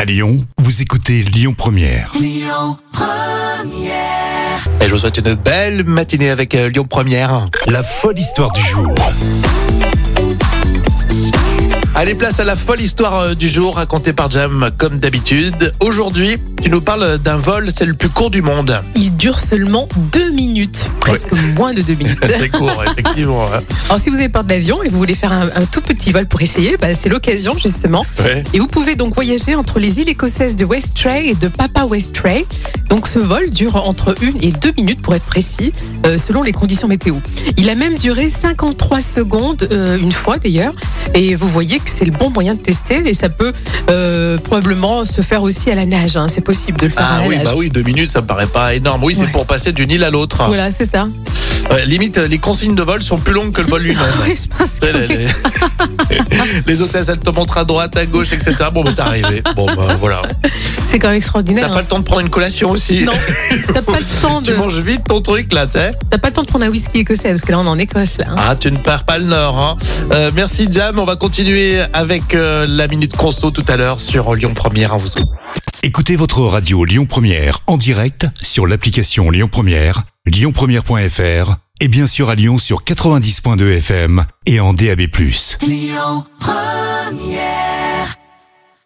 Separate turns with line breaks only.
À Lyon, vous écoutez Lyon Première.
Et je vous souhaite une belle matinée avec euh, Lyon Première.
La folle histoire du jour.
Allez, place à la folle histoire euh, du jour racontée par Jam comme d'habitude. Aujourd'hui, tu nous parles d'un vol, c'est le plus court du monde.
Il dure seulement deux minutes, presque moins de deux minutes.
c'est court, effectivement. hein.
Alors si vous avez peur de l'avion et vous voulez faire un, un tout petit vol pour essayer, bah, c'est l'occasion justement.
Ouais.
Et vous pouvez donc voyager entre les îles écossaises de Westray et de Papa Westray. Donc ce vol dure entre une et deux minutes pour être précis, euh, selon les conditions météo. Il a même duré 53 secondes euh, une fois d'ailleurs. Et vous voyez que c'est le bon moyen de tester et ça peut euh, probablement se faire aussi à la nage. hein. C'est possible de le faire
Ah
à la
oui,
nage.
bah oui, deux minutes, ça me paraît pas énorme. Oui, c'est
Ouais.
pour passer d'une île à l'autre.
Voilà, c'est ça.
Ouais, limite, euh, les consignes de vol sont plus longues que le vol lui-même.
Oui, je pense
Tu sais,
que
Les, les... les hôtesses, elles te montrent à droite, à gauche, etc. Bon, bah, t'es arrivé. Bon, bah, voilà.
c'est quand même
T'as
extraordinaire. hein.
pas le temps de prendre une collation aussi.
Non, t'as pas le temps
Tu
de,
manges vite ton truc, là, tu sais.
t'as pas le temps de prendre un whisky écossais parce que là on est en Écosse là. hein.
Ah, tu ne perds pas le nord. Hein. Euh, merci Jam, on va continuer avec euh, la minute conso tout à l'heure sur Lyon Première. hein, vous-
Écoutez votre radio Lyon Première en direct sur l'application Lyon Première, lyonpremière.fr et bien sûr à Lyon sur 90.2 FM et en DAB+.
Lyon Première